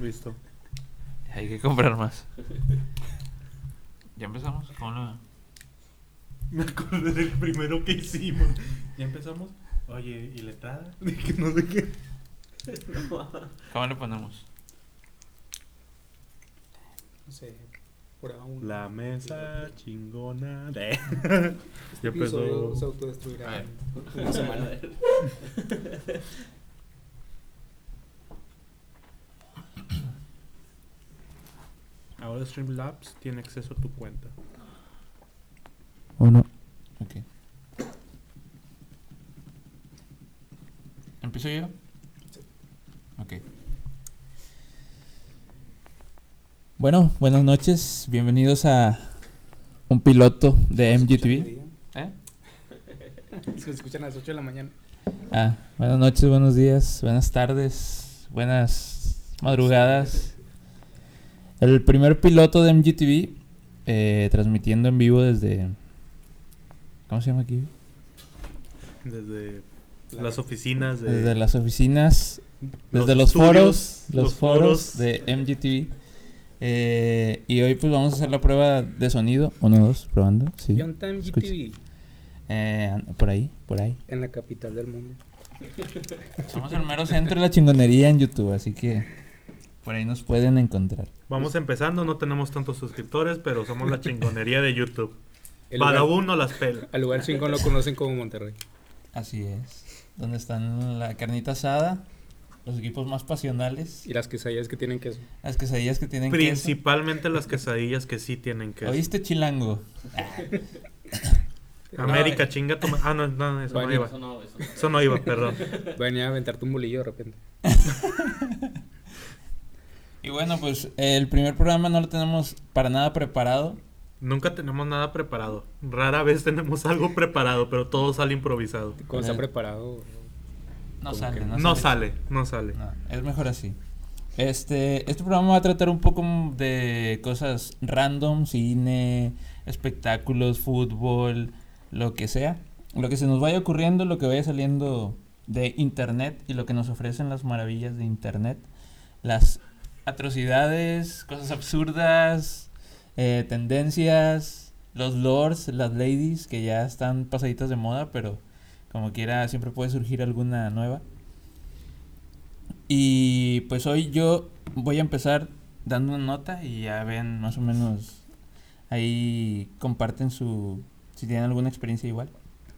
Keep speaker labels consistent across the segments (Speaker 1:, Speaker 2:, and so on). Speaker 1: Listo.
Speaker 2: Hay que comprar más. ¿Ya empezamos? ¿Cómo lo-
Speaker 1: Me acordé del primero que hicimos. Ya empezamos. Oye, ¿y la entrada? De que no sé qué.
Speaker 2: ¿Cómo le ponemos?
Speaker 3: No sé, prueba uno.
Speaker 1: La mesa chingona. De.
Speaker 3: Este
Speaker 1: Ya
Speaker 3: episodio se
Speaker 1: empezó.
Speaker 2: A
Speaker 3: autodestruirá
Speaker 2: ver.
Speaker 3: en una semana.
Speaker 1: Ahora Streamlabs tiene acceso a tu cuenta.
Speaker 2: Uno. Ok. ¿Empiezo yo? Ok. Bueno, buenas noches. Bienvenidos a un piloto de MGTV. ¿Eh?
Speaker 3: Se escuchan a las 8 de la mañana.
Speaker 2: Ah, buenas noches, buenos días, buenas tardes, buenas madrugadas. El primer piloto de MGTV, eh, transmitiendo en vivo desde... ¿Cómo se llama aquí?
Speaker 1: Desde las oficinas de.
Speaker 2: Desde las oficinas, desde los,
Speaker 1: estudios,
Speaker 2: foros, los, foros de MGTV. Eh, y hoy pues vamos a hacer la prueba de sonido. Uno, dos, probando. Sí.
Speaker 3: John Time
Speaker 2: Escucha.
Speaker 3: GTV
Speaker 2: Eh, por ahí, por ahí.
Speaker 3: en la capital del mundo.
Speaker 2: Somos el mero centro de la chingonería en YouTube, así que por ahí nos pueden encontrar.
Speaker 1: Vamos empezando, no tenemos tantos suscriptores, pero somos la chingonería de YouTube.
Speaker 3: El
Speaker 1: Para
Speaker 3: lugar,
Speaker 1: uno las pela.
Speaker 3: al lugar chingón lo conocen como Monterrey.
Speaker 2: Así es. Donde están la carnita asada, los equipos más pasionales,
Speaker 3: Y las quesadillas que tienen queso.
Speaker 2: las quesadillas que tienen queso.
Speaker 1: Principalmente las quesadillas que sí tienen queso.
Speaker 2: ¿Oíste chilango?
Speaker 1: América,
Speaker 2: No, eh.
Speaker 1: chinga tu ma- Ah, no, no, eso no
Speaker 3: Bueno,
Speaker 1: iba.
Speaker 4: Eso no, eso
Speaker 1: Eso no iba, perdón.
Speaker 3: Venía a aventarte un bolillo de repente.
Speaker 2: Y bueno, pues el primer programa no lo tenemos para nada preparado.
Speaker 1: Nunca tenemos nada preparado. Rara vez tenemos algo preparado, pero todo sale improvisado.
Speaker 3: Cuando está
Speaker 2: Ajá.
Speaker 3: preparado.
Speaker 2: No
Speaker 3: Como
Speaker 2: sale,
Speaker 3: que
Speaker 2: no,
Speaker 1: No sale, no sale.
Speaker 2: No, es mejor así. Este, este programa va a tratar un poco m- de cosas random, cine, espectáculos, fútbol, lo que sea. Lo que se nos vaya ocurriendo, lo que vaya saliendo de internet y lo que nos ofrecen las maravillas de internet. Las atrocidades, cosas absurdas, eh, tendencias, los lords, las ladies que ya están pasaditas de moda, pero como quiera siempre puede surgir alguna nueva. Y pues hoy yo voy a empezar dando una nota y ya ven más o menos ahí comparten su si tienen alguna experiencia igual.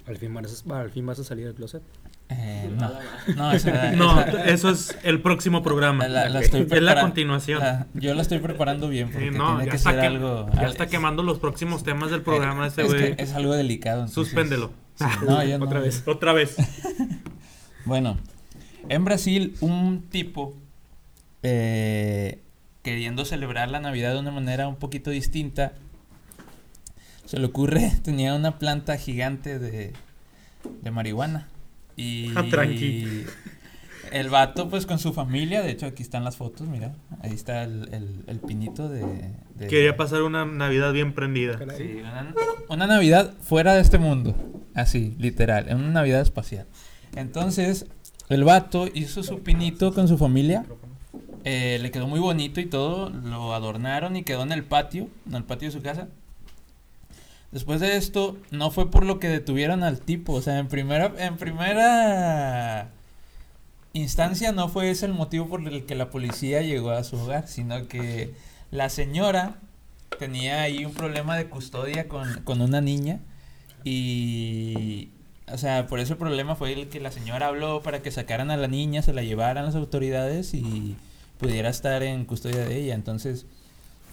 Speaker 3: Al fin, vas a, al fin vas a salir del closet.
Speaker 2: Eh, no, no, esa,
Speaker 1: No,
Speaker 2: Ah, esa-
Speaker 1: eso es el próximo programa.
Speaker 2: la, la estoy
Speaker 1: Es la
Speaker 2: prepara-
Speaker 1: continuación.
Speaker 2: la- yo la estoy preparando bien porque
Speaker 1: Sí, no,
Speaker 2: tiene
Speaker 1: ya
Speaker 2: que
Speaker 1: está,
Speaker 2: ser
Speaker 1: que-
Speaker 2: algo.
Speaker 1: ya
Speaker 2: al-
Speaker 1: está
Speaker 2: es-
Speaker 1: quemando los próximos temas del
Speaker 2: eh,
Speaker 1: programa este
Speaker 2: es que
Speaker 1: güey.
Speaker 2: es algo delicado. entonces-
Speaker 1: Suspéndelo.
Speaker 2: Sí, no, yo no.
Speaker 3: Otra vez.
Speaker 1: Otra vez.
Speaker 2: Bueno, en Brasil un tipo eh, queriendo celebrar la Navidad de una manera un poquito distinta, se le ocurre, tenía una planta gigante de, de marihuana. Y
Speaker 1: Ah, tranqui.
Speaker 2: el vato pues con su familia, de hecho aquí están las fotos, mira, ahí está el, el- el pinito de... de-
Speaker 1: Quería pasar una Navidad bien prendida.
Speaker 3: Caray.
Speaker 2: Sí, una, una Navidad fuera de este mundo. Así, literal. Una Navidad espacial. Entonces, el vato hizo su pinito con su familia. eh, le quedó muy bonito y todo. Lo adornaron y quedó en el patio. En el patio de su casa. Después de esto, no fue por lo que detuvieron al tipo. O sea, en primera, en primera instancia no fue ese el motivo por el que la policía llegó a su hogar, sino que la señora tenía ahí un problema de custodia con, con una niña y... O sea, por ese problema fue el que la señora habló para que sacaran a la niña, se la llevaran las autoridades y pudiera estar en custodia de ella. Entonces,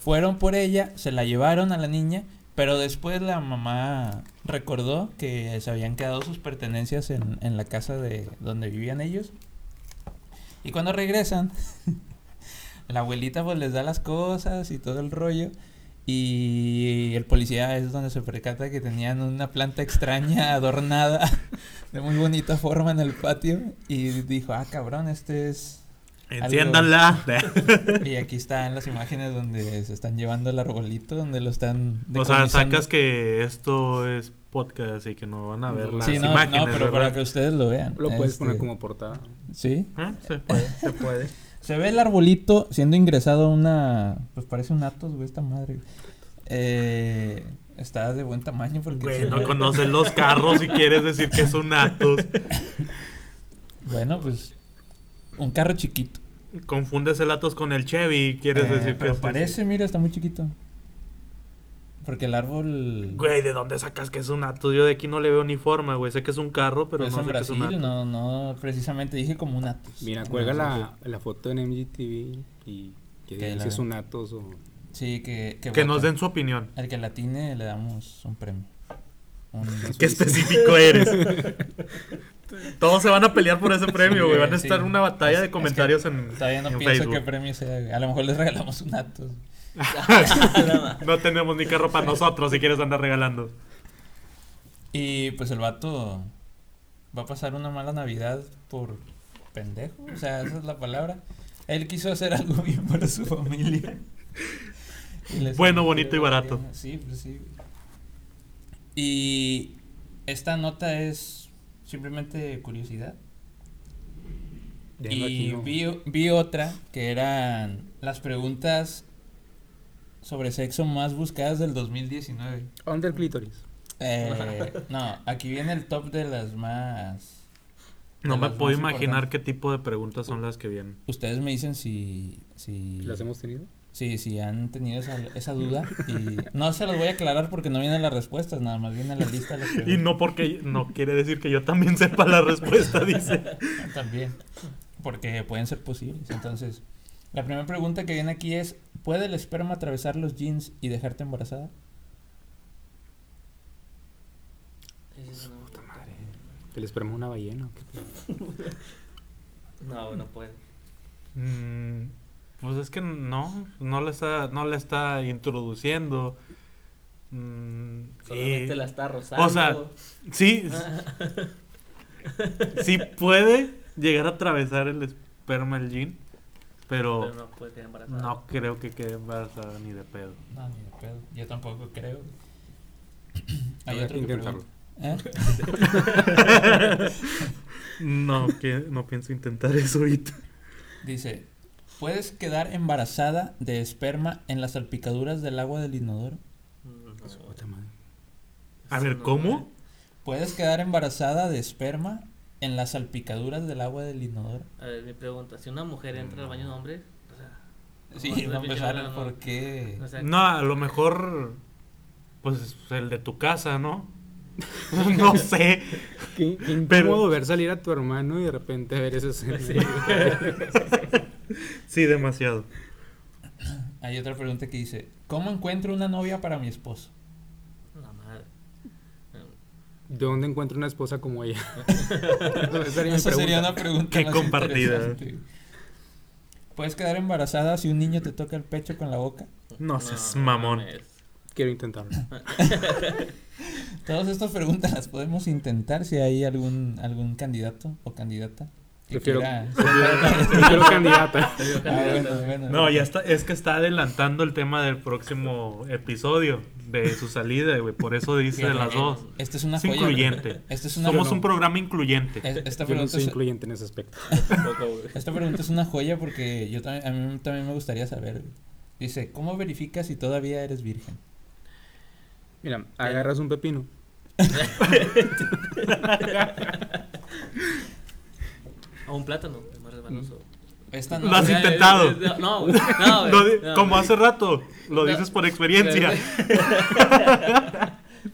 Speaker 2: fueron por ella, se la llevaron a la niña, pero después la mamá recordó que se habían quedado sus pertenencias en, en la casa de donde vivían ellos. Y cuando regresan, la abuelita pues les da las cosas y todo el rollo. Y el policía es donde se percata que tenían una planta extraña adornada de muy bonita forma en el patio. Y dijo, ah, cabrón, este es
Speaker 1: Enciéndanla.
Speaker 2: y aquí están las imágenes donde se están llevando el arbolito, donde lo están.
Speaker 1: O sea,
Speaker 2: decomisando.
Speaker 1: sacas que esto es podcast y que no van a ver las
Speaker 2: Sí, no,
Speaker 1: imágenes.
Speaker 2: no, pero para que
Speaker 1: ¿verdad?
Speaker 2: ustedes lo vean.
Speaker 3: Lo puedes
Speaker 2: Este,
Speaker 3: poner como portada.
Speaker 2: Sí.
Speaker 1: ¿Eh? Se puede, se puede.
Speaker 2: Se ve el arbolito siendo ingresado a una. Pues parece un Atos, güey, esta madre. güey. Eh, está de buen tamaño porque. se
Speaker 1: Güey, no
Speaker 2: ve-
Speaker 1: conoces los carros y quieres decir que son atos.
Speaker 2: Bueno, pues. Un carro chiquito.
Speaker 1: Confundes el atos con el Chevy y quieres
Speaker 2: Eh,
Speaker 1: decir que
Speaker 2: pero
Speaker 1: es-
Speaker 2: parece, mira, está muy chiquito. Porque el árbol.
Speaker 1: Güey, ¿de dónde sacas que es un atos? Yo de aquí no le veo ni forma, güey. Sé que es un carro, pero
Speaker 2: Pues es
Speaker 1: no
Speaker 2: en
Speaker 1: sé que es un
Speaker 2: Brasil,
Speaker 1: atos.
Speaker 2: no, no, precisamente dije como un Atos.
Speaker 3: Mira,
Speaker 2: No,
Speaker 3: cuelga
Speaker 2: sí,
Speaker 3: la, la foto en MGTV y que digan
Speaker 2: la-
Speaker 3: si es un Atos o.
Speaker 2: Sí, que.
Speaker 1: Que nos
Speaker 2: voten.
Speaker 1: den su opinión.
Speaker 2: Al que latine le damos un premio. Un-
Speaker 1: Qué específico eres. Todos se van a pelear por ese premio, güey. Van a
Speaker 2: Sí.
Speaker 1: estar una batalla
Speaker 2: Es-
Speaker 1: de
Speaker 2: es
Speaker 1: comentarios
Speaker 2: que
Speaker 1: en,
Speaker 2: Todavía no
Speaker 1: en
Speaker 2: pienso qué
Speaker 1: Facebook.
Speaker 2: premio sea. güey. A lo mejor les regalamos un Atos.
Speaker 1: No tenemos ni carro para nosotros si quieres andar regalando.
Speaker 2: Y pues el vato va a pasar una mala Navidad por pendejo. O sea, esa es la palabra. Él quiso hacer algo bien para su familia. Y le
Speaker 1: Bueno,
Speaker 2: salió
Speaker 1: bonito y barato.
Speaker 2: bien. Sí, pues sí. Y esta nota es simplemente curiosidad.
Speaker 3: Ya
Speaker 2: y
Speaker 3: imagino.
Speaker 2: vi, vi otra que eran las preguntas sobre sexo más buscadas del 2019.
Speaker 3: ¿Dónde el clítoris?
Speaker 2: Eh, no, aquí viene el top de las más...
Speaker 1: No
Speaker 2: de
Speaker 1: me
Speaker 2: las
Speaker 1: puedo
Speaker 2: más
Speaker 1: imaginar
Speaker 2: importantes.
Speaker 1: qué tipo de preguntas son las que vienen.
Speaker 2: Ustedes me dicen si... si
Speaker 3: ¿Las hemos tenido?
Speaker 2: Sí, sí, han tenido esa, esa duda. Y no se los voy a aclarar porque no vienen las respuestas, nada más viene la lista de las
Speaker 1: Y
Speaker 2: preguntas
Speaker 1: no porque no quiere decir que yo también sepa la respuesta, dice.
Speaker 2: también. Porque pueden ser posibles. Entonces, la primera pregunta que viene aquí es, ¿puede el esperma atravesar los jeans y dejarte embarazada?
Speaker 4: Puta madre.
Speaker 3: ¿El esperma es una ballena? o qué?
Speaker 4: No, no puede.
Speaker 1: Mm, pues es que no, no la está, no la está introduciendo. Mm,
Speaker 4: Solamente
Speaker 1: y-
Speaker 4: la Ah. está rozando.
Speaker 1: o sea, Sí, sí puede llegar a atravesar el esperma el jean,
Speaker 4: Pero
Speaker 1: pero
Speaker 4: no puede quedar embarazada.
Speaker 1: no creo que quede embarazada ni de pedo.
Speaker 2: No, ni de pedo. Yo tampoco creo. Hay
Speaker 3: Habría
Speaker 2: otro
Speaker 3: que
Speaker 2: que
Speaker 3: intentarlo.
Speaker 2: pregunta, ¿eh?
Speaker 1: No, que no pienso intentar eso ahorita.
Speaker 2: Dice, ¿puedes quedar embarazada de esperma en las salpicaduras del agua del inodoro?
Speaker 4: No.
Speaker 3: Pues, Puta madre.
Speaker 1: A
Speaker 4: Eso
Speaker 1: ver,
Speaker 4: no
Speaker 1: ¿cómo?
Speaker 2: ¿Puedes quedar embarazada de esperma en las salpicaduras del agua del inodoro?
Speaker 4: puede. A ver, mi pregunta. Si una mujer entra al baño de un hombre, o sea...
Speaker 2: Sí, no
Speaker 4: no,
Speaker 2: pensar
Speaker 4: no.
Speaker 2: por qué.
Speaker 4: o sea,
Speaker 1: No, a lo mejor, pues el de tu casa, ¿no? No sé.
Speaker 3: Qué, qué
Speaker 1: Pero-
Speaker 3: incómodo ver salir a tu hermano y de repente ver ese escena.
Speaker 1: Sí, demasiado.
Speaker 2: Hay otra pregunta que dice, ¿cómo encuentro una novia para mi esposo?
Speaker 4: La madre.
Speaker 3: ¿De dónde encuentro una esposa como ella? Esa sería mi
Speaker 2: Esa sería
Speaker 3: pregunta.
Speaker 2: una pregunta
Speaker 1: Qué
Speaker 2: más
Speaker 1: compartida.
Speaker 2: interesante. ¿Puedes quedar embarazada si un niño te toca el pecho con la boca?
Speaker 1: No seas mamón.
Speaker 4: mames.
Speaker 3: Quiero intentarlo.
Speaker 2: Todas estas preguntas las podemos intentar si hay algún algún candidato o candidata. que
Speaker 3: Prefiero-
Speaker 2: quiera-
Speaker 3: Quiero candidata.
Speaker 4: Yo
Speaker 2: Ah,
Speaker 4: candidato.
Speaker 2: bueno, bueno.
Speaker 1: No, ya está, es que está adelantando el tema del próximo episodio de su salida, güey. Por eso dice de las dos.
Speaker 2: Esta es una
Speaker 1: Es
Speaker 2: joya, güey.
Speaker 1: incluyente.
Speaker 2: Esta es una
Speaker 1: Somos
Speaker 2: joya.
Speaker 1: un programa incluyente.
Speaker 2: Es- Esta
Speaker 3: Yo no
Speaker 2: pregunta,
Speaker 3: soy
Speaker 2: es,
Speaker 3: incluyente en ese aspecto.
Speaker 4: Tampoco, güey.
Speaker 2: esta pregunta es una joya porque yo también, a mí también me gustaría saber. güey. Dice, ¿cómo verificas si todavía eres virgen?
Speaker 3: Mira, agarras un pepino.
Speaker 4: O un plátano, el más rebanoso.
Speaker 2: Esta
Speaker 1: Lo has
Speaker 2: güey.
Speaker 4: O sea,
Speaker 1: intentado.
Speaker 4: es- es- No, güey, no, güey,
Speaker 1: Lo di-
Speaker 4: no,
Speaker 1: como
Speaker 4: güey.
Speaker 1: hace rato, lo
Speaker 4: No.
Speaker 1: dices por experiencia.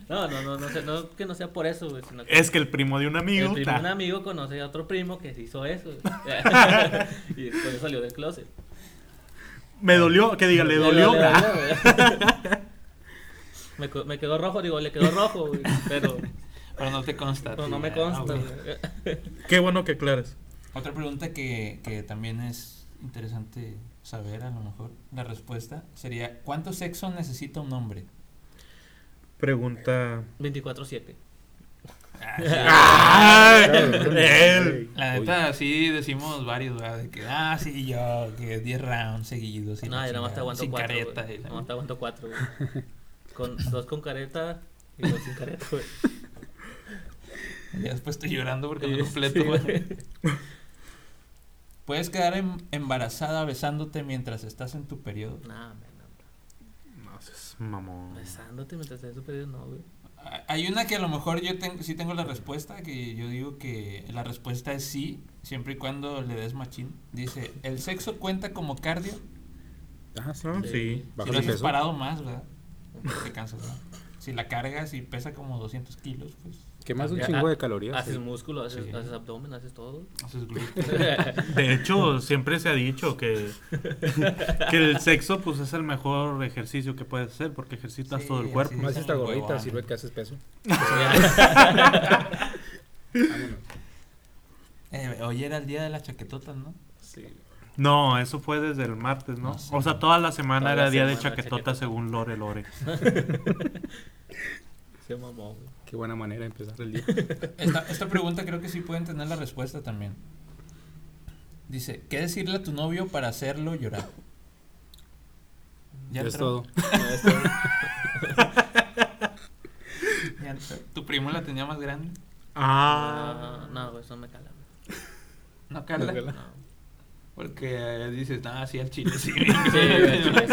Speaker 4: No, no, no, no, sé, no que no sea por eso, güey, sino
Speaker 1: Es que el primo de un
Speaker 4: el
Speaker 1: amigo.
Speaker 4: primo,
Speaker 1: ta.
Speaker 4: un amigo conoce a otro primo que se hizo eso. güey. y después salió del closet.
Speaker 1: Me dolió, que diga, le
Speaker 4: Me
Speaker 1: dolió. Ah. ta.
Speaker 4: güey. me, co- me quedó rojo, digo, le quedó rojo, güey, pero,
Speaker 2: Pero no te consta.
Speaker 4: pero
Speaker 2: sí,
Speaker 4: no me
Speaker 2: ah,
Speaker 4: consta.
Speaker 2: güey.
Speaker 4: güey.
Speaker 1: Qué bueno que aclares.
Speaker 2: Otra pregunta que, que también es interesante saber, a lo mejor, la respuesta sería, ¿cuánto sexo necesita un hombre?
Speaker 1: Pregunta.
Speaker 4: 24-7.
Speaker 1: ¡Ay!
Speaker 3: Claro.
Speaker 1: Él.
Speaker 2: La neta, sí decimos varios, ¿verdad? De que, ah, sí, yo, que 10 rounds seguidos. y
Speaker 4: No,
Speaker 2: la
Speaker 4: yo nada más te
Speaker 2: chingada,
Speaker 4: aguanto
Speaker 2: Sin
Speaker 4: cuatro.
Speaker 2: careta.
Speaker 4: güey.
Speaker 2: y la-
Speaker 4: Nada más te aguanto cuatro, güey. Con, dos con careta y dos sin careta, güey.
Speaker 2: Ya después estoy llorando porque no
Speaker 4: Sí,
Speaker 2: completo,
Speaker 4: sí,
Speaker 2: güey.
Speaker 4: güey.
Speaker 2: Puedes quedar em- embarazada besándote mientras estás en tu periodo.
Speaker 4: Nah, men, no.
Speaker 1: No seas mamón.
Speaker 4: Besándote mientras estás en tu periodo, no, güey.
Speaker 2: Ah, Hay una que a lo mejor yo ten- sí tengo la respuesta, que yo digo que la respuesta es sí, siempre y cuando le des machín. Dice, ¿el sexo cuenta como cardio?
Speaker 3: Ajá, Ah, sí.
Speaker 1: No, sí.
Speaker 2: Si
Speaker 3: Bajas
Speaker 2: lo
Speaker 3: de
Speaker 2: haces
Speaker 3: peso.
Speaker 2: parado más, ¿verdad? Te cansas, ¿verdad? Si la cargas y pesa como 200 kilos, pues
Speaker 3: Quemas un
Speaker 4: Ya,
Speaker 3: chingo de
Speaker 4: Haces
Speaker 3: calorías. eh.
Speaker 4: músculo, haces,
Speaker 2: Sí.
Speaker 4: haces abdomen, haces todo.
Speaker 2: haces glúteo.
Speaker 1: De hecho, siempre se ha dicho que, que el sexo pues es el mejor ejercicio que puedes hacer porque ejercitas
Speaker 2: Sí,
Speaker 1: todo el
Speaker 2: así
Speaker 1: cuerpo.
Speaker 2: es.
Speaker 3: Más esta gorrita
Speaker 2: Huevón.
Speaker 3: sirve que haces peso.
Speaker 2: Eh, hoy era el día de las chaquetotas, ¿no?
Speaker 4: Sí.
Speaker 1: No, eso fue desde el martes, ¿no?
Speaker 2: No sé.
Speaker 1: O sea, toda la semana
Speaker 4: Ah, Toda
Speaker 1: era
Speaker 4: la
Speaker 1: día de
Speaker 4: semana, pues.
Speaker 1: chaquetota,
Speaker 4: chaquetota.
Speaker 1: según Lore Lore.
Speaker 4: Se mamó, güey.
Speaker 3: Qué buena manera de empezar el día.
Speaker 2: Esta, esta pregunta creo que sí pueden tener la respuesta también. Dice, ¿qué decirle a tu novio para hacerlo llorar?
Speaker 3: Ya es
Speaker 2: entró?
Speaker 3: todo.
Speaker 4: No, esto-
Speaker 2: Ya entró. ¿Tu primo la tenía más grande?
Speaker 1: Ah.
Speaker 4: No, no, güey, eso me cala. güey.
Speaker 2: No, Carla.
Speaker 3: No, Carla.
Speaker 4: No.
Speaker 2: Porque eh, dices, no, sí, al chile, sí. Sí,
Speaker 4: güey, al chile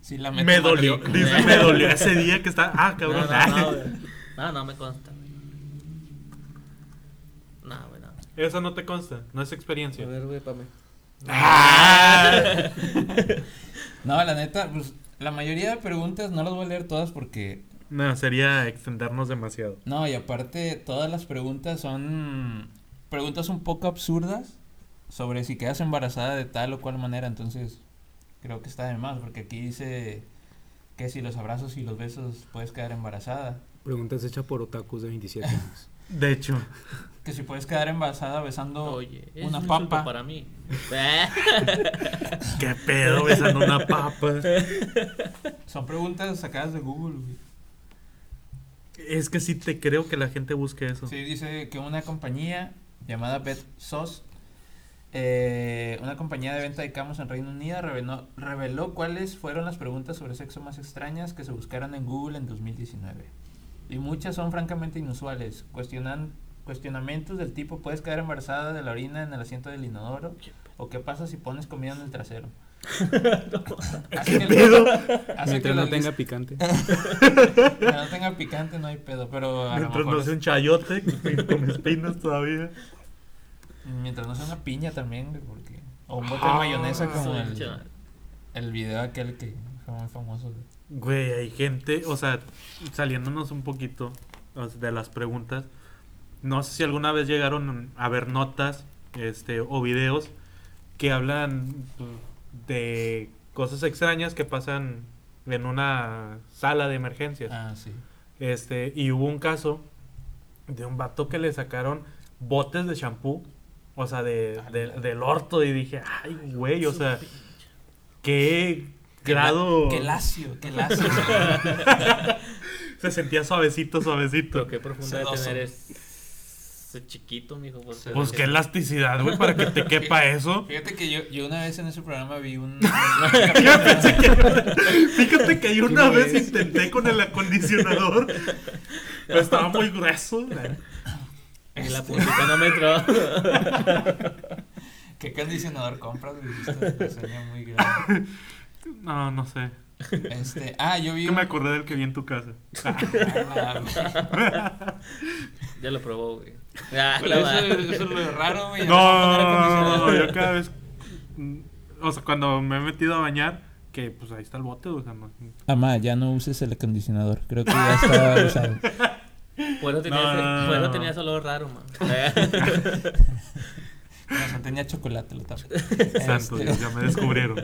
Speaker 4: sí, güey.
Speaker 2: la meto
Speaker 1: Me
Speaker 2: más
Speaker 1: dolió,
Speaker 2: rico.
Speaker 1: dice, me dolió ese día que está. Ah,
Speaker 4: No,
Speaker 1: cabrón.
Speaker 4: no, no, güey. No, no me consta, güey. No, güey, no.
Speaker 1: Eso no te consta, no es experiencia.
Speaker 4: güey, pa' mí.
Speaker 1: Ah.
Speaker 2: No, la neta, pues la mayoría de preguntas no las voy a leer todas porque...
Speaker 1: No, sería extendernos demasiado.
Speaker 2: No, y aparte todas las preguntas son preguntas un poco absurdas sobre si quedas embarazada de tal o cual manera, entonces creo que está de más porque aquí dice que si los abrazos y los besos puedes quedar embarazada,
Speaker 3: Preguntas hechas por otakus de 27 años.
Speaker 1: De hecho,
Speaker 2: que si puedes quedar embarazada besando
Speaker 4: Oye, es
Speaker 2: una
Speaker 4: un insulto
Speaker 2: papa.
Speaker 4: para mí.
Speaker 1: qué pedo besando una papa.
Speaker 2: Son preguntas sacadas de Google. güey.
Speaker 1: Es que sí te creo que la gente busque eso.
Speaker 2: Sí, dice que una compañía llamada BetSos, eh, una compañía de venta de camas en Reino Unido, reveló, reveló cuáles fueron las preguntas sobre sexo más extrañas que se buscaron en Google en 2019. Y muchas son francamente inusuales. Cuestionan, cuestionamientos del tipo, ¿puedes quedar embarazada de la orina en el asiento del inodoro? ¿O qué pasa si pones comida en el trasero? Así que- así que
Speaker 3: Mientras
Speaker 2: la
Speaker 3: no tenga
Speaker 2: lista-
Speaker 3: picante.
Speaker 2: que no tenga picante no hay pedo, pero a lo
Speaker 1: Mientras
Speaker 2: mejor
Speaker 1: no sea un chayote que- con espinas todavía.
Speaker 2: Mientras no sea una piña también, güey, porque... O un bote de
Speaker 1: Ah,
Speaker 2: mayonesa como
Speaker 4: Soy
Speaker 2: el,
Speaker 4: chaval.
Speaker 2: el video aquel que fue muy famoso. güey.
Speaker 1: Güey, hay gente, o sea, saliéndonos un poquito o sea, de las preguntas. No sé si alguna vez llegaron a ver notas este, o videos que hablan pues, de cosas extrañas que pasan en una sala de emergencias.
Speaker 2: Ah, sí.
Speaker 1: Este, y hubo un caso de un vato que le sacaron botes de champú, o sea, de, de- del orto. Y dije, ay, güey, o sea, qué grado.
Speaker 2: Qué lacio, qué lacio.
Speaker 1: Se sentía suavecito, suavecito.
Speaker 4: Pero qué profunda de
Speaker 2: Sedoso.
Speaker 4: tener es. ese chiquito, mijo. Pues,
Speaker 1: Pues qué elasticidad, güey, para que te quepa eso.
Speaker 2: Fíjate que yo, yo una vez en ese programa vi un...
Speaker 1: Yo pensé que- Fíjate que yo una
Speaker 3: Una
Speaker 1: vez
Speaker 3: vez.
Speaker 1: intenté con el acondicionador, pero estaba muy grueso. la-
Speaker 4: Y la puntita no me entró.
Speaker 2: ¿Qué acondicionador compras? güey? Esta reseña muy grande.
Speaker 1: No, no sé.
Speaker 2: Este, ah, yo vi...
Speaker 1: Que me
Speaker 2: un-
Speaker 1: acordé del que vi en tu casa.
Speaker 2: Ah, güey.
Speaker 4: Ya lo probó, güey. Ah,
Speaker 2: Pero
Speaker 4: la
Speaker 2: eso,
Speaker 4: madre.
Speaker 2: eso es lo raro, güey.
Speaker 1: No,
Speaker 2: poner
Speaker 1: no, no,
Speaker 2: acondicionador.
Speaker 1: yo cada vez. mm, O sea, cuando me he metido a bañar, que pues ahí está el bote, o sea, no.
Speaker 2: Amá, ya no uses el acondicionador. Creo que ya está usado.
Speaker 4: Por eso tenía,
Speaker 1: No,
Speaker 4: ese-
Speaker 1: no, no,
Speaker 4: por eso
Speaker 1: no.
Speaker 4: tenía ese olor raro, man.
Speaker 2: No, tenía chocolate la tapa.
Speaker 1: Santo
Speaker 2: Este-
Speaker 1: Dios, ya me descubrieron.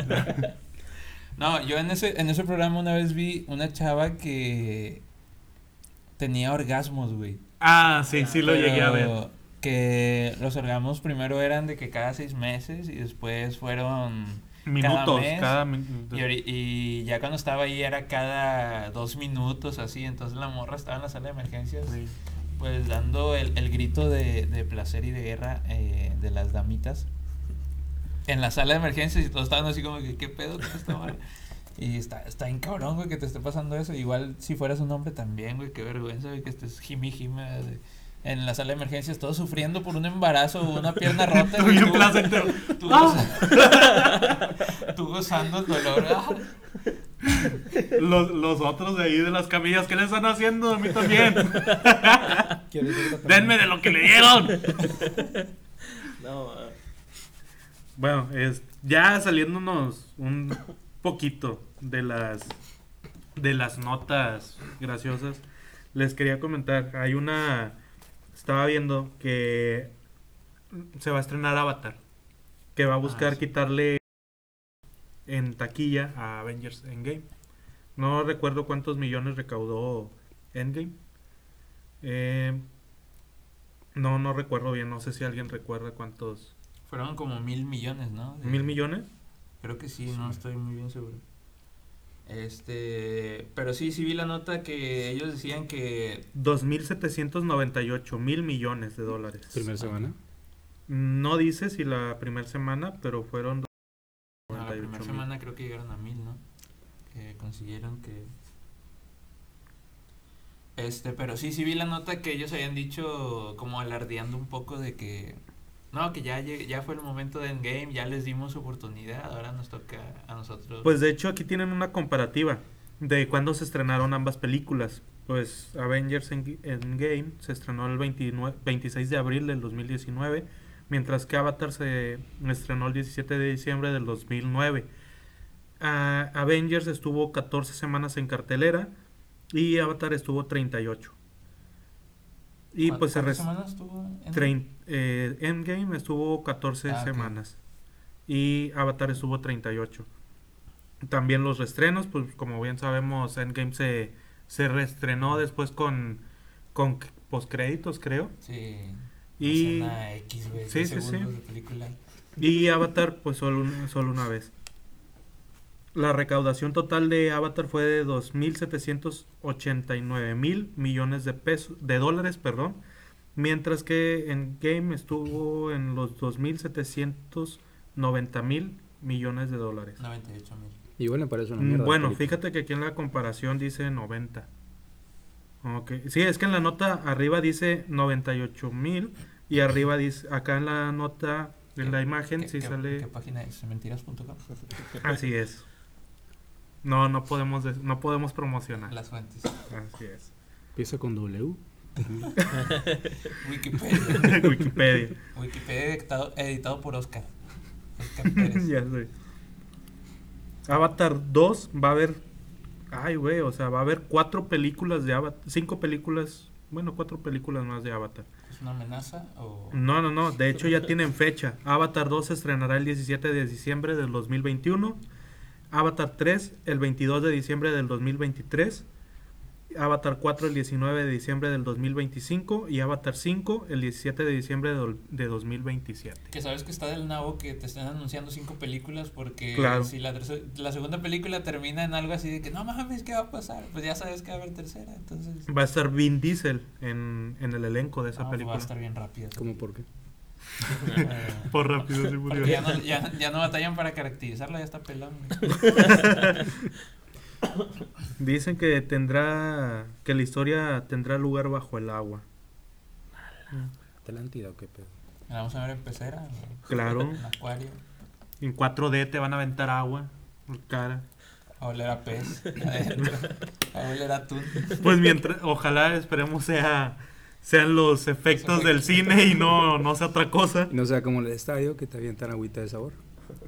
Speaker 2: No, yo en ese, en ese programa una vez vi una chava que tenía orgasmos, güey.
Speaker 1: Ah, sí, sí lo
Speaker 2: Pero
Speaker 1: llegué a ver.
Speaker 2: Que los orgasmos primero eran de que cada seis meses y después fueron...
Speaker 1: Minutos,
Speaker 2: mes.
Speaker 1: cada minuto.
Speaker 2: Y, ahori- y ya cuando estaba ahí era cada dos minutos así, entonces la morra estaba en la sala de emergencias pues dando el, el grito de, de placer y de guerra eh, de las damitas en la sala de emergencias y todos estaban así como que qué pedo con esta madre? y está está en cabrón güey que te esté pasando eso igual si fueras un hombre también güey qué vergüenza güey que estés jimi jime de- en la sala de emergencias, todos sufriendo por un embarazo o una pierna rota.
Speaker 1: Tú
Speaker 2: güey,
Speaker 1: bien
Speaker 2: tú-
Speaker 1: placentero.
Speaker 2: Tú,
Speaker 1: Ah.
Speaker 2: goza- tú gozando el dolor. Ah,
Speaker 1: Los, los otros de ahí de las camillas, ¿qué le están haciendo? A mí también.
Speaker 5: Quiero decir que también-
Speaker 1: Denme de lo que le dieron.
Speaker 4: No, ah,
Speaker 1: Bueno, es, ya saliéndonos un poquito de las de las notas graciosas, les quería comentar, hay una estaba viendo que se va a estrenar Avatar, que va a buscar
Speaker 4: sí.
Speaker 1: quitarle en taquilla a Avengers Endgame. No recuerdo cuántos millones recaudó Endgame. Eh, no, no recuerdo bien, no sé si alguien recuerda cuántos.
Speaker 2: Fueron como mil millones, ¿no? De-
Speaker 1: ¿Mil millones?
Speaker 2: Creo que sí, no estoy muy bien seguro. Este, pero sí, sí vi la nota que ellos decían que
Speaker 1: 2.798 mil millones de dólares.
Speaker 3: Primera semana.
Speaker 1: No dice si la primera semana, pero fueron
Speaker 2: no, Ah, la
Speaker 1: 98
Speaker 2: primera
Speaker 1: mil.
Speaker 2: semana creo que llegaron a mil, ¿no? Que consiguieron que... Este, pero sí, sí vi la nota que ellos habían dicho como alardeando un poco de que... No, que ya, lleg- ya fue el momento de Endgame, ya les dimos oportunidad, ahora nos toca a nosotros.
Speaker 1: Pues de hecho aquí tienen una comparativa de cuándo se estrenaron ambas películas. Pues Avengers Eng- Endgame se estrenó el 29 26 de abril del 2019, mientras que Avatar se estrenó el 17 de diciembre del 2009. Ah, Avengers estuvo 14 semanas en cartelera y Avatar estuvo 38. Y
Speaker 2: ¿Cuán-
Speaker 1: pues se
Speaker 2: cuántas
Speaker 1: res-
Speaker 2: semanas tuvo Endgame?
Speaker 1: Trein- eh, Endgame estuvo 14
Speaker 2: Ah, ok.
Speaker 1: semanas y Avatar estuvo 38. También los restrenos, pues como bien sabemos, Endgame se, se reestrenó después con, con c- postcréditos, creo.
Speaker 2: Sí.
Speaker 1: Y,
Speaker 2: escena X, güey,
Speaker 1: sí,
Speaker 2: diez
Speaker 1: sí, sí.
Speaker 2: segundos de película.
Speaker 1: y Avatar, pues solo, un- solo una vez. La recaudación total de Avatar fue de 2.789 mil millones de pesos, de dólares, perdón, mientras que Endgame estuvo en los 2.790 mil millones de dólares.
Speaker 2: 98 mil.
Speaker 3: Igual me parece una
Speaker 1: Mm,
Speaker 3: Ah, mierda.
Speaker 1: Bueno,
Speaker 3: película.
Speaker 1: fíjate que aquí en la comparación dice 90. Ok. Sí, es que en la nota arriba dice 98 mil y arriba dice, acá en la nota, en la imagen,
Speaker 2: ¿Qué-
Speaker 1: sí
Speaker 2: qué-
Speaker 1: sale...
Speaker 2: ¿Qué página es? Mentiras.com.
Speaker 1: Así es. No, no podemos, des- no podemos promocionar.
Speaker 2: Las fuentes.
Speaker 1: Así es.
Speaker 3: Empieza con W.
Speaker 2: Wikipedia.
Speaker 1: Wikipedia.
Speaker 2: Wikipedia editado, editado por Oscar. Oscar Pérez.
Speaker 1: ya sé. Avatar 2 va a haber. Ay, güey, o sea, va a haber cuatro películas de Avatar. Cinco películas. Bueno, cuatro películas más de Avatar.
Speaker 2: ¿Es una amenaza o.?
Speaker 1: No, no, no. De hecho, ya tienen fecha. Avatar 2 se estrenará el 17 de diciembre del 2021. Avatar 3 el 22 de diciembre del 2023. Avatar 4 el 19 de diciembre del 2025. Y Avatar 5 el 17 de diciembre del- de 2027.
Speaker 2: Que sabes que está del nabo que te están anunciando cinco películas porque
Speaker 1: Claro.
Speaker 2: si la, terce- la segunda película termina en algo así de que no mames, ¿qué va a pasar? Pues ya sabes que va a haber tercera, entonces.
Speaker 1: Va a estar Vin Diesel en, en el elenco de esa
Speaker 2: no, pues va
Speaker 1: película.
Speaker 2: a estar bien rápido.
Speaker 3: ¿Cómo por qué?
Speaker 2: Eh,
Speaker 1: Por rápido,
Speaker 2: porque ya no, ya, ya no batallan para caracterizarla, ya está pelado. güey.
Speaker 1: Dicen que tendrá. que la historia tendrá lugar bajo el agua.
Speaker 5: Atlántida o qué pedo.
Speaker 2: La vamos a ver en pecera, güey,
Speaker 1: Claro.
Speaker 2: en acuario.
Speaker 1: En 4D te van a aventar agua. por Cara.
Speaker 2: A oler a pez adentro. A oler a atún.
Speaker 1: Pues mientras, ojalá esperemos sea sean los efectos del cine y no, no sea otra cosa.
Speaker 3: Y No sea como el estadio que te avientan agüita de sabor.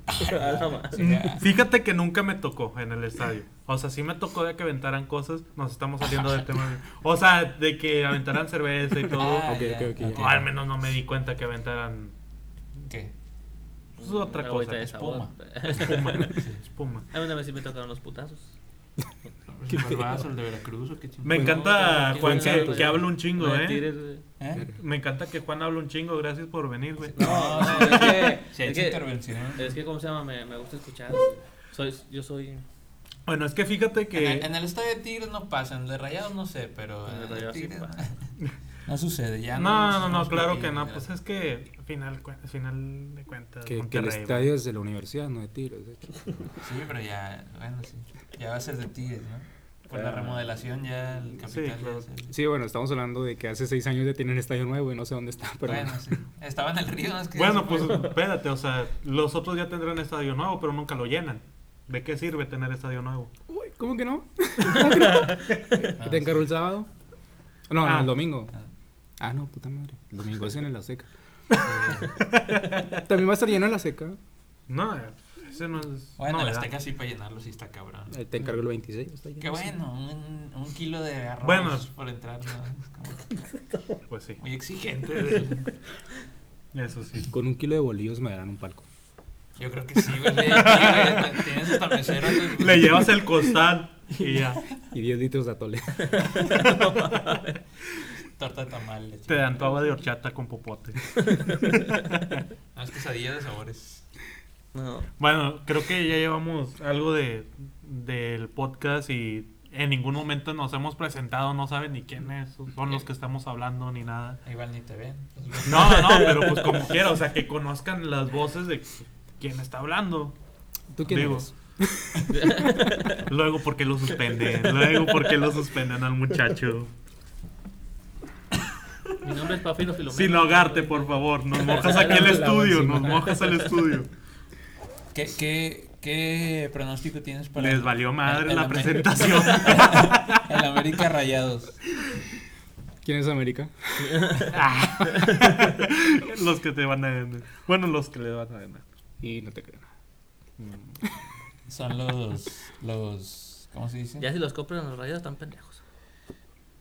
Speaker 4: a la madre.
Speaker 2: Sí, ya.
Speaker 1: Fíjate que nunca me tocó en el estadio. O sea, sí me tocó de que aventaran cosas. Nos estamos saliendo del tema. O sea, de que aventaran cerveza y todo.
Speaker 2: Ah,
Speaker 3: Ok,
Speaker 2: ya,
Speaker 3: ok, ok,
Speaker 1: O al menos no me di cuenta que aventaran
Speaker 2: ¿Qué?
Speaker 1: pues, otra
Speaker 4: Una
Speaker 1: cosa.
Speaker 4: agüita de sabor.
Speaker 1: Espuma. Espuma.
Speaker 4: A mí una vez sí me tocaron los putazos.
Speaker 2: ¿Qué Barbados, el de Veracruz o qué
Speaker 1: Me
Speaker 2: chingados?
Speaker 1: encanta,
Speaker 4: No,
Speaker 1: Juan,
Speaker 4: no,
Speaker 1: que,
Speaker 4: no,
Speaker 1: que
Speaker 4: no.
Speaker 1: habla un chingo,
Speaker 4: No, de
Speaker 1: ¿eh?
Speaker 4: Tigres, güey.
Speaker 2: ¿Eh?
Speaker 1: Me encanta que Juan habla un chingo. Gracias por venir, güey.
Speaker 2: No, no, es que.
Speaker 4: Es
Speaker 2: Si hay
Speaker 4: que-
Speaker 2: intervención.
Speaker 4: Es que, ¿cómo se llama? Me, me gusta escuchar. güey. Soy, yo soy.
Speaker 1: Bueno, es que fíjate
Speaker 2: En, el,
Speaker 1: que...
Speaker 2: en el estadio de Tigres no pasa, en el de Rayados no sé, pero.
Speaker 4: En el
Speaker 2: En el
Speaker 4: de
Speaker 2: de
Speaker 4: Rayados sí
Speaker 2: Tigres
Speaker 4: pasa.
Speaker 2: no- No sucede, ya.
Speaker 1: No, no, no,
Speaker 2: somos
Speaker 1: claro
Speaker 2: partidos,
Speaker 1: que no.
Speaker 2: ya.
Speaker 1: Pues es que al final, cuen- al final de cuentas,
Speaker 3: Que, que
Speaker 1: Ah,
Speaker 3: el
Speaker 1: Monterrey,
Speaker 3: estadio es de la universidad, no de tiros. de hecho.
Speaker 2: Sí, pero ya. Bueno, sí. Ya va a ser de Tigres, ¿no? Pues
Speaker 4: Ah.
Speaker 2: la remodelación ya, el capital.
Speaker 1: claro.
Speaker 2: ya se-
Speaker 3: Sí, bueno, estamos hablando de que hace seis años ya tienen estadio nuevo y no sé dónde está, pero
Speaker 2: Bueno, sí. Estaba en el río. es que
Speaker 1: Bueno,
Speaker 2: se
Speaker 1: pues
Speaker 2: fue.
Speaker 1: espérate, o sea, los otros ya tendrán estadio nuevo, pero nunca lo llenan. ¿De qué sirve tener estadio nuevo?
Speaker 3: Uy, ¿cómo que no?
Speaker 2: Ah,
Speaker 3: ¿Te encargó el sábado? No,
Speaker 1: Ah.
Speaker 3: no, el domingo.
Speaker 2: Ah.
Speaker 3: Ah, no, puta madre. El domingo es en la seca. También va a estar lleno en la seca.
Speaker 1: No, ese no es.
Speaker 2: Bueno, el
Speaker 1: novedad.
Speaker 2: Azteca sí para llenarlo, sí está cabrón.
Speaker 3: Eh, Te encargo el 26. está lleno.
Speaker 2: Qué bueno, un, un kilo de arroz
Speaker 1: Bueno.
Speaker 2: por entrar, ¿no? Es como que
Speaker 1: Pues sí,
Speaker 2: muy exigente. del-
Speaker 1: eso sí.
Speaker 3: Con un kilo de bolillos me darán un palco.
Speaker 2: Yo creo que sí, güey. Sí, güey, Tienes hasta mesero. güey.
Speaker 1: Le llevas el costal y ya.
Speaker 3: Y 10 litros de atole.
Speaker 2: Torta de tamal. la
Speaker 1: Te
Speaker 2: chingada.
Speaker 1: dan tu agua de horchata con popote.
Speaker 2: No, Ah, es quesadilla de sabores.
Speaker 4: No.
Speaker 1: Bueno, creo que ya llevamos algo de del podcast y en ningún momento nos hemos presentado, no saben ni quiénes son los que estamos hablando ni nada.
Speaker 2: Ahí van ni te ven.
Speaker 1: No, no, no, pero pues como quiera, o sea, que conozcan las voces de quién está hablando.
Speaker 3: ¿Tú quién
Speaker 1: Digo.
Speaker 3: eres?
Speaker 1: Luego porque lo suspenden, luego porque lo suspenden al muchacho.
Speaker 4: Mi nombre es Pafilo Filomeno.
Speaker 1: Sin ahogarte, por favor, nos mojas aquí el estudio, nos mojas el estudio.
Speaker 2: ¿Qué, qué, qué pronóstico tienes para.
Speaker 1: Les valió madre
Speaker 2: el
Speaker 1: la
Speaker 2: Amé-
Speaker 1: presentación.
Speaker 2: El América Rayados.
Speaker 3: ¿Quién es América?
Speaker 1: Ah. los que te van a vender. Bueno, los que le van a vender.
Speaker 3: Y no te creo nada. Mm.
Speaker 2: Son los. los ¿Cómo se dice?
Speaker 4: Ya si los compran los rayados están pendejos.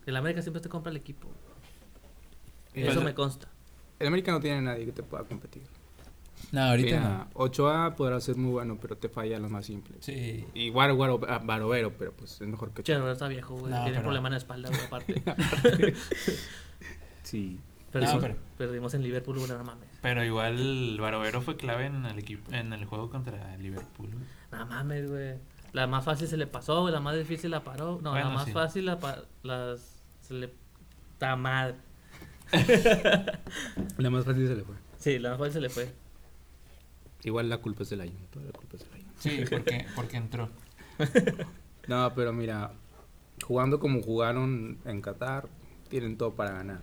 Speaker 4: El América siempre te compra el equipo. Eso
Speaker 3: Pues,
Speaker 4: me consta.
Speaker 3: El América no tiene a nadie que te pueda competir.
Speaker 2: No, ahorita
Speaker 3: Mira,
Speaker 2: no.
Speaker 3: Ochoa podrá ser muy bueno, pero te falla lo más simple.
Speaker 2: Sí.
Speaker 3: Y Guaro, Guaro, ah, Barovero, pero pues es mejor que
Speaker 4: Che,
Speaker 3: Ochoa.
Speaker 4: Roberto está viejo, güey.
Speaker 2: No,
Speaker 4: Tiene
Speaker 2: pero-
Speaker 4: problema en la espalda, güey, aparte.
Speaker 3: Sí.
Speaker 4: Perdimos,
Speaker 2: No, pero-
Speaker 4: perdimos en Liverpool, güey, no mames.
Speaker 2: Pero igual Barovero fue clave en el equipo, en el juego contra el Liverpool. güey.
Speaker 4: No mames, güey. La más fácil se le pasó, güey. La más difícil la paró. No,
Speaker 2: Bueno,
Speaker 4: la más
Speaker 2: sí.
Speaker 4: fácil la pa- las se le ta madre.
Speaker 3: La más fácil se le fue.
Speaker 4: Sí, la más fácil se le fue.
Speaker 3: Igual la culpa es del año. Toda la culpa es del año.
Speaker 2: Sí, porque, porque entró.
Speaker 3: No, pero mira, jugando como jugaron en Qatar, tienen todo para ganar.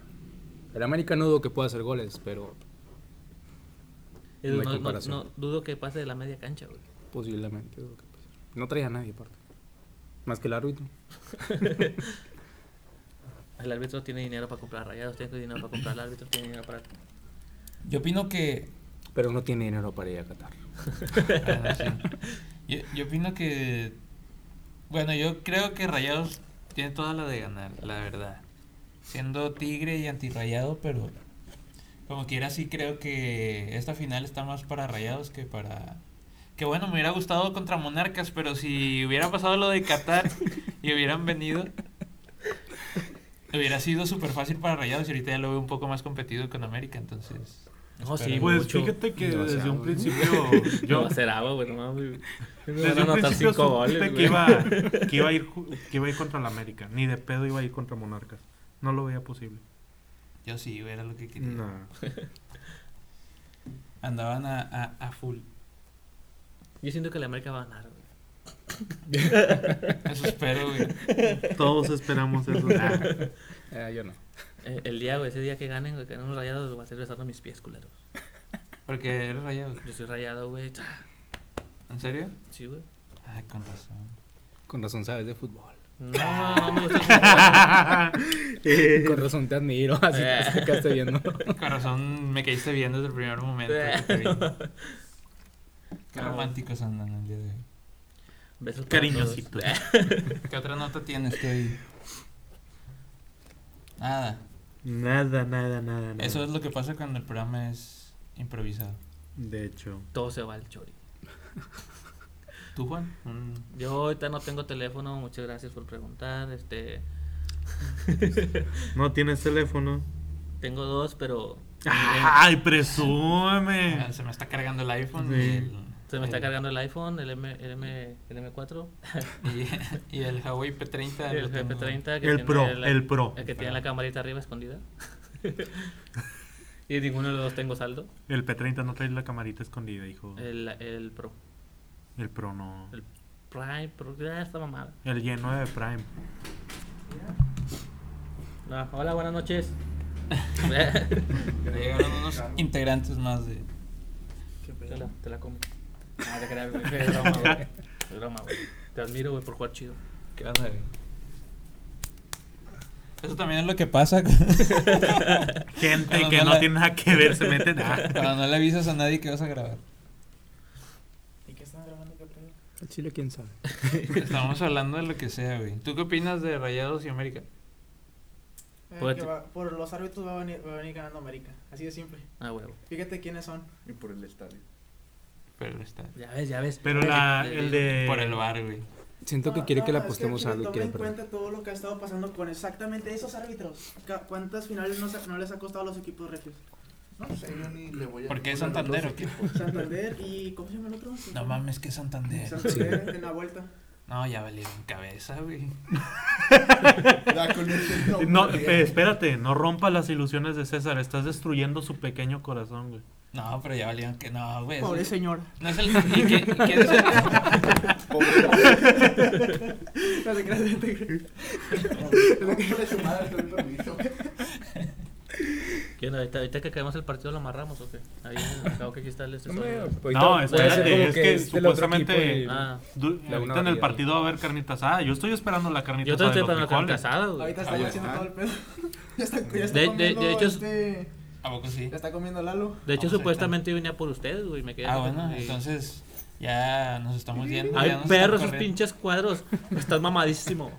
Speaker 3: El América no dudo que pueda hacer goles, pero
Speaker 4: Y
Speaker 3: No
Speaker 4: No,
Speaker 3: hay
Speaker 4: no-
Speaker 3: comparación.
Speaker 4: no dudo que pase de la media cancha, güey.
Speaker 3: posiblemente dudo que pueda hacer. No traía a nadie aparte. Más que el árbitro.
Speaker 4: El árbitro tiene dinero para comprar rayados, tiene dinero para comprar el árbitro, tiene dinero para.
Speaker 2: Yo opino que.
Speaker 3: Pero no tiene dinero para ir a Qatar.
Speaker 2: bueno, sí. yo, yo opino que. Bueno, yo creo que Rayados tiene toda la de ganar, la verdad. Siendo tigre y antirrayado, pero. Como quiera, sí creo que esta final está más para Rayados que para. Que bueno, me hubiera gustado contra Monarcas, pero si hubiera pasado lo de Qatar y hubieran venido. Hubiera sido súper fácil para Rayados y ahorita ya lo veo un poco más competido con América, entonces.
Speaker 4: No, sí,
Speaker 2: espero-
Speaker 4: güey.
Speaker 1: Pues
Speaker 4: mucho.
Speaker 1: fíjate que
Speaker 3: Demasiado.
Speaker 1: desde un principio
Speaker 4: Yo
Speaker 1: yo
Speaker 4: va a ser agua, güey, no mames.
Speaker 1: desde
Speaker 4: Van a
Speaker 1: un
Speaker 4: anotar
Speaker 1: principio
Speaker 4: cinco
Speaker 1: supiste
Speaker 4: goles,
Speaker 1: que
Speaker 4: güey.
Speaker 1: iba que iba a ir ju- que iba a ir contra la América, ni de pedo iba a ir contra Monarcas. No lo veía posible.
Speaker 2: Yo sí, era lo que quería.
Speaker 1: No.
Speaker 2: Andaban a, a- a full.
Speaker 4: Yo siento que la América va a ganar, güey.
Speaker 2: Eso espero, güey.
Speaker 1: Todos esperamos eso. Nah.
Speaker 3: Eh, yo no.
Speaker 4: Eh, El día, güey, ese día que ganen, güey, que ganen los rayados, va a ser besando mis pies, culeros.
Speaker 2: Porque eres rayado.
Speaker 4: Yo soy rayado, güey.
Speaker 2: ¿En serio?
Speaker 4: Sí, güey.
Speaker 2: Ay, con razón.
Speaker 3: Con razón sabes de fútbol.
Speaker 4: No, no me gusta el fútbol.
Speaker 3: Con razón te admiro, así
Speaker 4: Eh.
Speaker 3: te quedaste viendo.
Speaker 2: Con razón me caíste bien desde el primer momento. que te vi. Qué románticos andan el día de hoy.
Speaker 4: Besos para
Speaker 1: Cariñosito.
Speaker 4: todos.
Speaker 2: ¿Qué otra nota tienes, Estoy. Nada.
Speaker 1: Nada, nada, nada, nada.
Speaker 2: Eso es lo que pasa cuando el programa es improvisado.
Speaker 1: De hecho.
Speaker 4: Todo se va al chori.
Speaker 2: ¿Tú, Juan? Un-
Speaker 4: Yo ahorita no tengo teléfono, muchas gracias por preguntar. Este,
Speaker 1: No tienes teléfono.
Speaker 4: tengo dos, pero
Speaker 1: Ay, presume.
Speaker 2: Ah, Se me está cargando el iPhone y
Speaker 1: Sí.
Speaker 2: el.
Speaker 4: se me está
Speaker 2: el-
Speaker 4: cargando el iPhone, el, M, el, M, el M4,
Speaker 2: Y, y el Huawei P30.
Speaker 4: el
Speaker 2: lo tengo.
Speaker 4: GP30. Que
Speaker 1: El pro, el pro.
Speaker 4: el que tiene la camarita arriba escondida. y ninguno de los dos tengo saldo.
Speaker 1: El P30 no trae la camarita escondida, hijo.
Speaker 4: El, el Pro.
Speaker 1: El Pro no.
Speaker 4: El- Prime, pero ya está mamada.
Speaker 1: El lleno de Prime.
Speaker 4: No, hola, buenas noches.
Speaker 2: Llegaron unos integrantes más de.
Speaker 4: te, la, te la como. No, Ah, te creas, güey. Es broma, güey. Es broma, güey. Te admiro, güey, por jugar chido.
Speaker 2: ¿Qué vas a ver? Eso también es lo que pasa.
Speaker 1: Gente
Speaker 2: Cuando
Speaker 1: que
Speaker 2: no
Speaker 1: no,
Speaker 2: la-
Speaker 1: tiene nada que ver se mete Ah, nada.
Speaker 2: Cuando no le avisas a nadie que vas a grabar.
Speaker 5: ¿Y qué están grabando? ¿Qué pedo?
Speaker 3: El chile, quién sabe.
Speaker 2: Estamos hablando de lo que sea, güey. ¿Tú qué opinas de Rayados y América?
Speaker 5: Eh,
Speaker 3: Pues,
Speaker 4: Puede
Speaker 5: que
Speaker 4: ser.
Speaker 5: va- por los árbitros va a, venir, va a venir ganando América. Así de simple.
Speaker 4: Ah, huevo.
Speaker 5: Fíjate quiénes son.
Speaker 6: Y por el estadio.
Speaker 2: Pero está.
Speaker 4: Ya ves, ya ves. Eh,
Speaker 1: Pero la, el de.
Speaker 2: Por el bar, güey.
Speaker 3: Siento que
Speaker 5: No,
Speaker 3: quiere
Speaker 5: no,
Speaker 3: que le
Speaker 5: es
Speaker 3: apostemos
Speaker 5: aquí
Speaker 3: a algo y
Speaker 5: Toma
Speaker 3: quiere
Speaker 5: en
Speaker 3: perder.
Speaker 5: cuenta todo lo que ha estado pasando con exactamente esos árbitros. Ca- ¿Cuántas finales no, sa- no les ha costado a los equipos regios?
Speaker 6: No sé, yo ni le voy a.
Speaker 2: ¿Por qué
Speaker 6: ninguno de los
Speaker 2: Santander
Speaker 6: dos
Speaker 2: o qué?
Speaker 6: equipos.
Speaker 5: Santander y. ¿Cómo se llama el otro?
Speaker 2: No mames, que Santander.
Speaker 5: Santander en la vuelta.
Speaker 2: No, ya valieron cabeza, güey.
Speaker 6: La conexión
Speaker 1: No,
Speaker 6: hombre.
Speaker 1: eh, espérate, no rompa las ilusiones de César. Estás destruyendo su pequeño corazón, güey.
Speaker 2: No, pero ya valieron que. No, güey. eso-
Speaker 5: Pobre señora.
Speaker 2: No es el. ¿Y qué, quién es el-
Speaker 6: Pobre-
Speaker 5: No te creas, no te creas.
Speaker 6: Póngale su madre, te doy permiso.
Speaker 4: ¿Quién? Ahorita, ahorita que acabemos el partido lo amarramos, ¿o qué? Ahí en el cabo que aquí está el asesor.
Speaker 3: Pues
Speaker 1: No,
Speaker 4: ser
Speaker 1: espérate,
Speaker 4: como
Speaker 1: es que, supuestamente.
Speaker 4: Ah,
Speaker 1: du- ahorita
Speaker 3: la una
Speaker 1: en el
Speaker 3: variedad.
Speaker 1: partido va a haber carnita asada. Yo estoy esperando la carnita
Speaker 4: yo te
Speaker 1: asada.
Speaker 4: estoy
Speaker 1: de los
Speaker 4: para la
Speaker 1: frijoles.
Speaker 4: casada, güey.
Speaker 5: Ahorita está
Speaker 6: Ah,
Speaker 5: ya
Speaker 6: ya
Speaker 5: haciendo
Speaker 6: está.
Speaker 5: todo el pedo. Ya está, ya está
Speaker 4: De- de-
Speaker 5: comiendo.
Speaker 4: de hecho,
Speaker 5: este,
Speaker 2: ¿A poco sí?
Speaker 5: ya está comiendo Lalo.
Speaker 4: De hecho,
Speaker 2: Vamos a
Speaker 4: supuestamente yo venía por ustedes, güey. Me quedé.
Speaker 2: Ah, bueno,
Speaker 4: Sí.
Speaker 2: entonces ya nos estamos yendo.
Speaker 4: Ay,
Speaker 2: ya nos
Speaker 4: perro,
Speaker 2: están
Speaker 4: esos
Speaker 2: corriendo.
Speaker 4: pinches cuadros. Estás mamadísimo.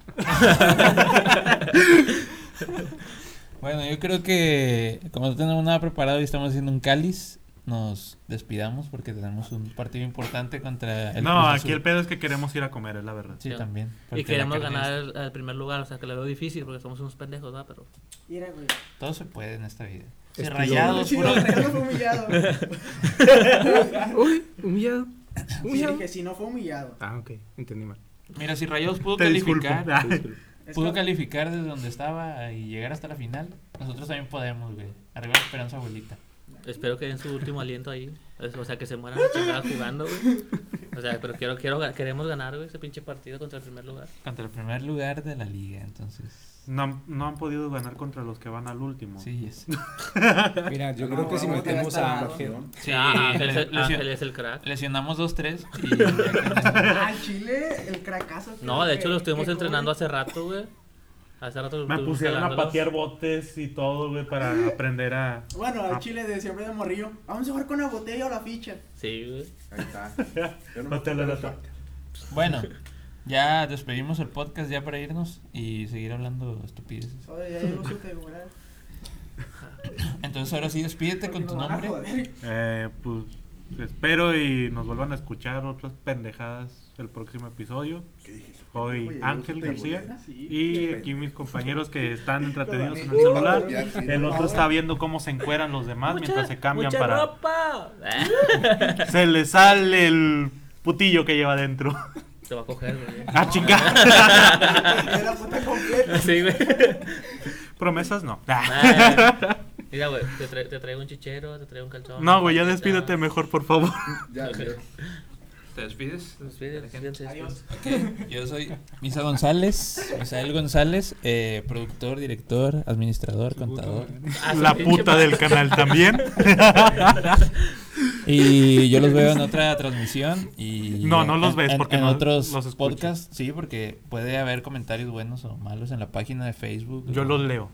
Speaker 2: Bueno, yo creo que como no tenemos nada preparado y estamos haciendo un cáliz, nos despidamos porque tenemos un partido importante contra el
Speaker 1: No,
Speaker 2: Cruz
Speaker 1: aquí
Speaker 2: Azul.
Speaker 1: el pedo es que queremos ir a comer, es la verdad.
Speaker 2: Sí, también. porque
Speaker 4: Y
Speaker 2: la
Speaker 4: queremos
Speaker 2: carne
Speaker 4: ganar el, el primer lugar, o sea que le veo difícil porque somos unos pendejos, ¿verdad? Pero.
Speaker 5: Mira, güey.
Speaker 2: es- Todo se puede en esta vida. Sí,
Speaker 3: Estilo-
Speaker 2: rayados,
Speaker 5: Chido,
Speaker 2: puro-
Speaker 5: Rayado fue humillado.
Speaker 1: Ah.
Speaker 3: Uy, humillado.
Speaker 5: Sí,
Speaker 3: Humillado.
Speaker 5: dije, si no fue humillado.
Speaker 3: Ah, ok, entendí mal.
Speaker 2: Mira, si Rayados pudo
Speaker 1: Te
Speaker 2: calificar,
Speaker 1: disculpo. Ah,
Speaker 5: Es
Speaker 2: pudo
Speaker 5: que-
Speaker 2: calificar desde donde estaba y llegar hasta la final, nosotros también podemos, güey. Arriba la esperanza abuelita.
Speaker 4: Espero que den su último aliento ahí. Es- O sea, que se mueran la chingada jugando, güey. O sea, pero quiero, quiero, ga- queremos ganar, güey, ese pinche partido contra el primer lugar.
Speaker 2: Contra el primer lugar de la liga, entonces.
Speaker 1: No, han- no han podido ganar contra los que van al último.
Speaker 2: Sí, es.
Speaker 3: Mira, yo
Speaker 5: No,
Speaker 3: creo que si
Speaker 5: vamos a
Speaker 3: metemos a
Speaker 5: gastar.
Speaker 3: Ángel.
Speaker 2: Sí,
Speaker 4: Ah, Ángel, es
Speaker 2: le-
Speaker 4: el,
Speaker 2: lesio-
Speaker 4: Ángel es el crack.
Speaker 2: lesionamos dos, tres. Y ya con eso.
Speaker 5: Ah, Chile, el cracazo. que-
Speaker 4: No, de hecho lo estuvimos
Speaker 5: que- que
Speaker 4: entrenando
Speaker 5: come.
Speaker 4: hace rato, güey. Hace rato lo
Speaker 1: Me
Speaker 4: estuvimos
Speaker 1: pusieron a
Speaker 4: jalándolo.
Speaker 1: patear botes y todo, güey, para aprender a.
Speaker 5: Bueno,
Speaker 1: Ah.
Speaker 5: al Chile de siempre de morrillo. Vamos a jugar con la botella o la ficha.
Speaker 4: Sí, güey.
Speaker 6: Ahí está. Yo no me
Speaker 1: No te la
Speaker 6: acuerdo.
Speaker 1: lata.
Speaker 2: Bueno, ya despedimos el podcast ya para irnos y seguir hablando estupideces.
Speaker 5: Oye, ya llegó su figura.
Speaker 2: Entonces ahora sí, despídete con tu
Speaker 5: Nos van a
Speaker 2: nombre.
Speaker 5: "Ah, joder.
Speaker 1: Eh, pues espero y nos vuelvan a escuchar otras pendejadas el próximo episodio.
Speaker 6: ¿Qué dijiste?
Speaker 1: Soy
Speaker 6: Oye,
Speaker 1: Ángel
Speaker 6: yo te voy a-
Speaker 1: García.
Speaker 5: Sí.
Speaker 1: Y aquí mis compañeros que están entretenidos en el celular. El otro está viendo cómo se encueran los demás mientras se cambian
Speaker 4: mucha
Speaker 1: para.
Speaker 4: ropa.
Speaker 1: Se le sale el putillo que lleva adentro.
Speaker 4: Te va a coger, güey.
Speaker 1: ¡Ah, chingada!
Speaker 5: Ya la puta completa.
Speaker 4: Sí, güey.
Speaker 1: Promesas no.
Speaker 4: Ah, Mira, güey, te, tra- te traigo un chichero, te traigo un calzón.
Speaker 1: No, güey, ya despídete mejor, por favor.
Speaker 6: Ya, ya.
Speaker 2: ¿Te despides?
Speaker 4: Pues, Despídete, despídete.
Speaker 5: Adiós.
Speaker 2: Yo soy Misa González, Misael González, eh, productor, director, administrador, contador.
Speaker 4: Ah, su
Speaker 1: La
Speaker 4: pinche
Speaker 1: puta
Speaker 4: madre.
Speaker 1: del canal también.
Speaker 2: Y yo los veo en otra transmisión y...
Speaker 1: No, no los
Speaker 2: en-
Speaker 1: ves
Speaker 2: en-
Speaker 1: porque
Speaker 2: en
Speaker 1: no
Speaker 2: otros
Speaker 1: los escucho.
Speaker 2: podcasts, sí, porque puede haber comentarios buenos o malos en la página de Facebook.
Speaker 1: Yo
Speaker 2: o-
Speaker 1: los leo.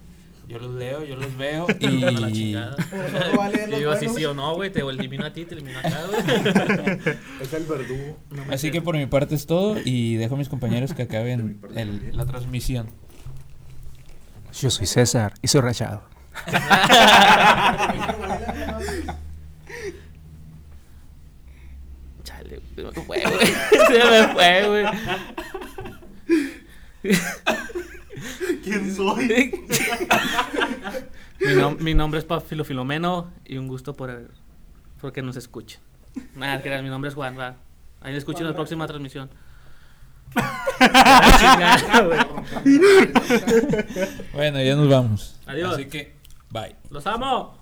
Speaker 2: Yo los leo, yo los veo
Speaker 4: A la
Speaker 2: y...
Speaker 4: chingada.
Speaker 5: Por favor, vale,
Speaker 4: Y digo,
Speaker 5: los
Speaker 4: así
Speaker 5: buenos.
Speaker 4: sí o no, güey, te elimino a ti, te elimino acá, güey.
Speaker 6: Es el verdugo.
Speaker 4: No me
Speaker 2: Así que
Speaker 4: entiendo.
Speaker 2: por mi parte es todo y dejo a mis compañeros que
Speaker 6: De mi
Speaker 2: acaben
Speaker 6: parte
Speaker 2: el-
Speaker 6: también.
Speaker 2: la transmisión.
Speaker 3: Yo soy César y soy rayado.
Speaker 4: Chale, se me fue, güey. Se me fue, güey.
Speaker 1: ¿Quién soy?
Speaker 4: Mi, nom- mi nombre es Pafilo Filomeno y un gusto por, por que nos escuchen. Nada, que mi nombre es Juan, va. Ahí lo escucho en la próxima transmisión. Ah, chingada, güey.
Speaker 2: Bueno, ya nos vamos.
Speaker 4: Adiós.
Speaker 2: Así que, bye.
Speaker 4: ¡Los amo!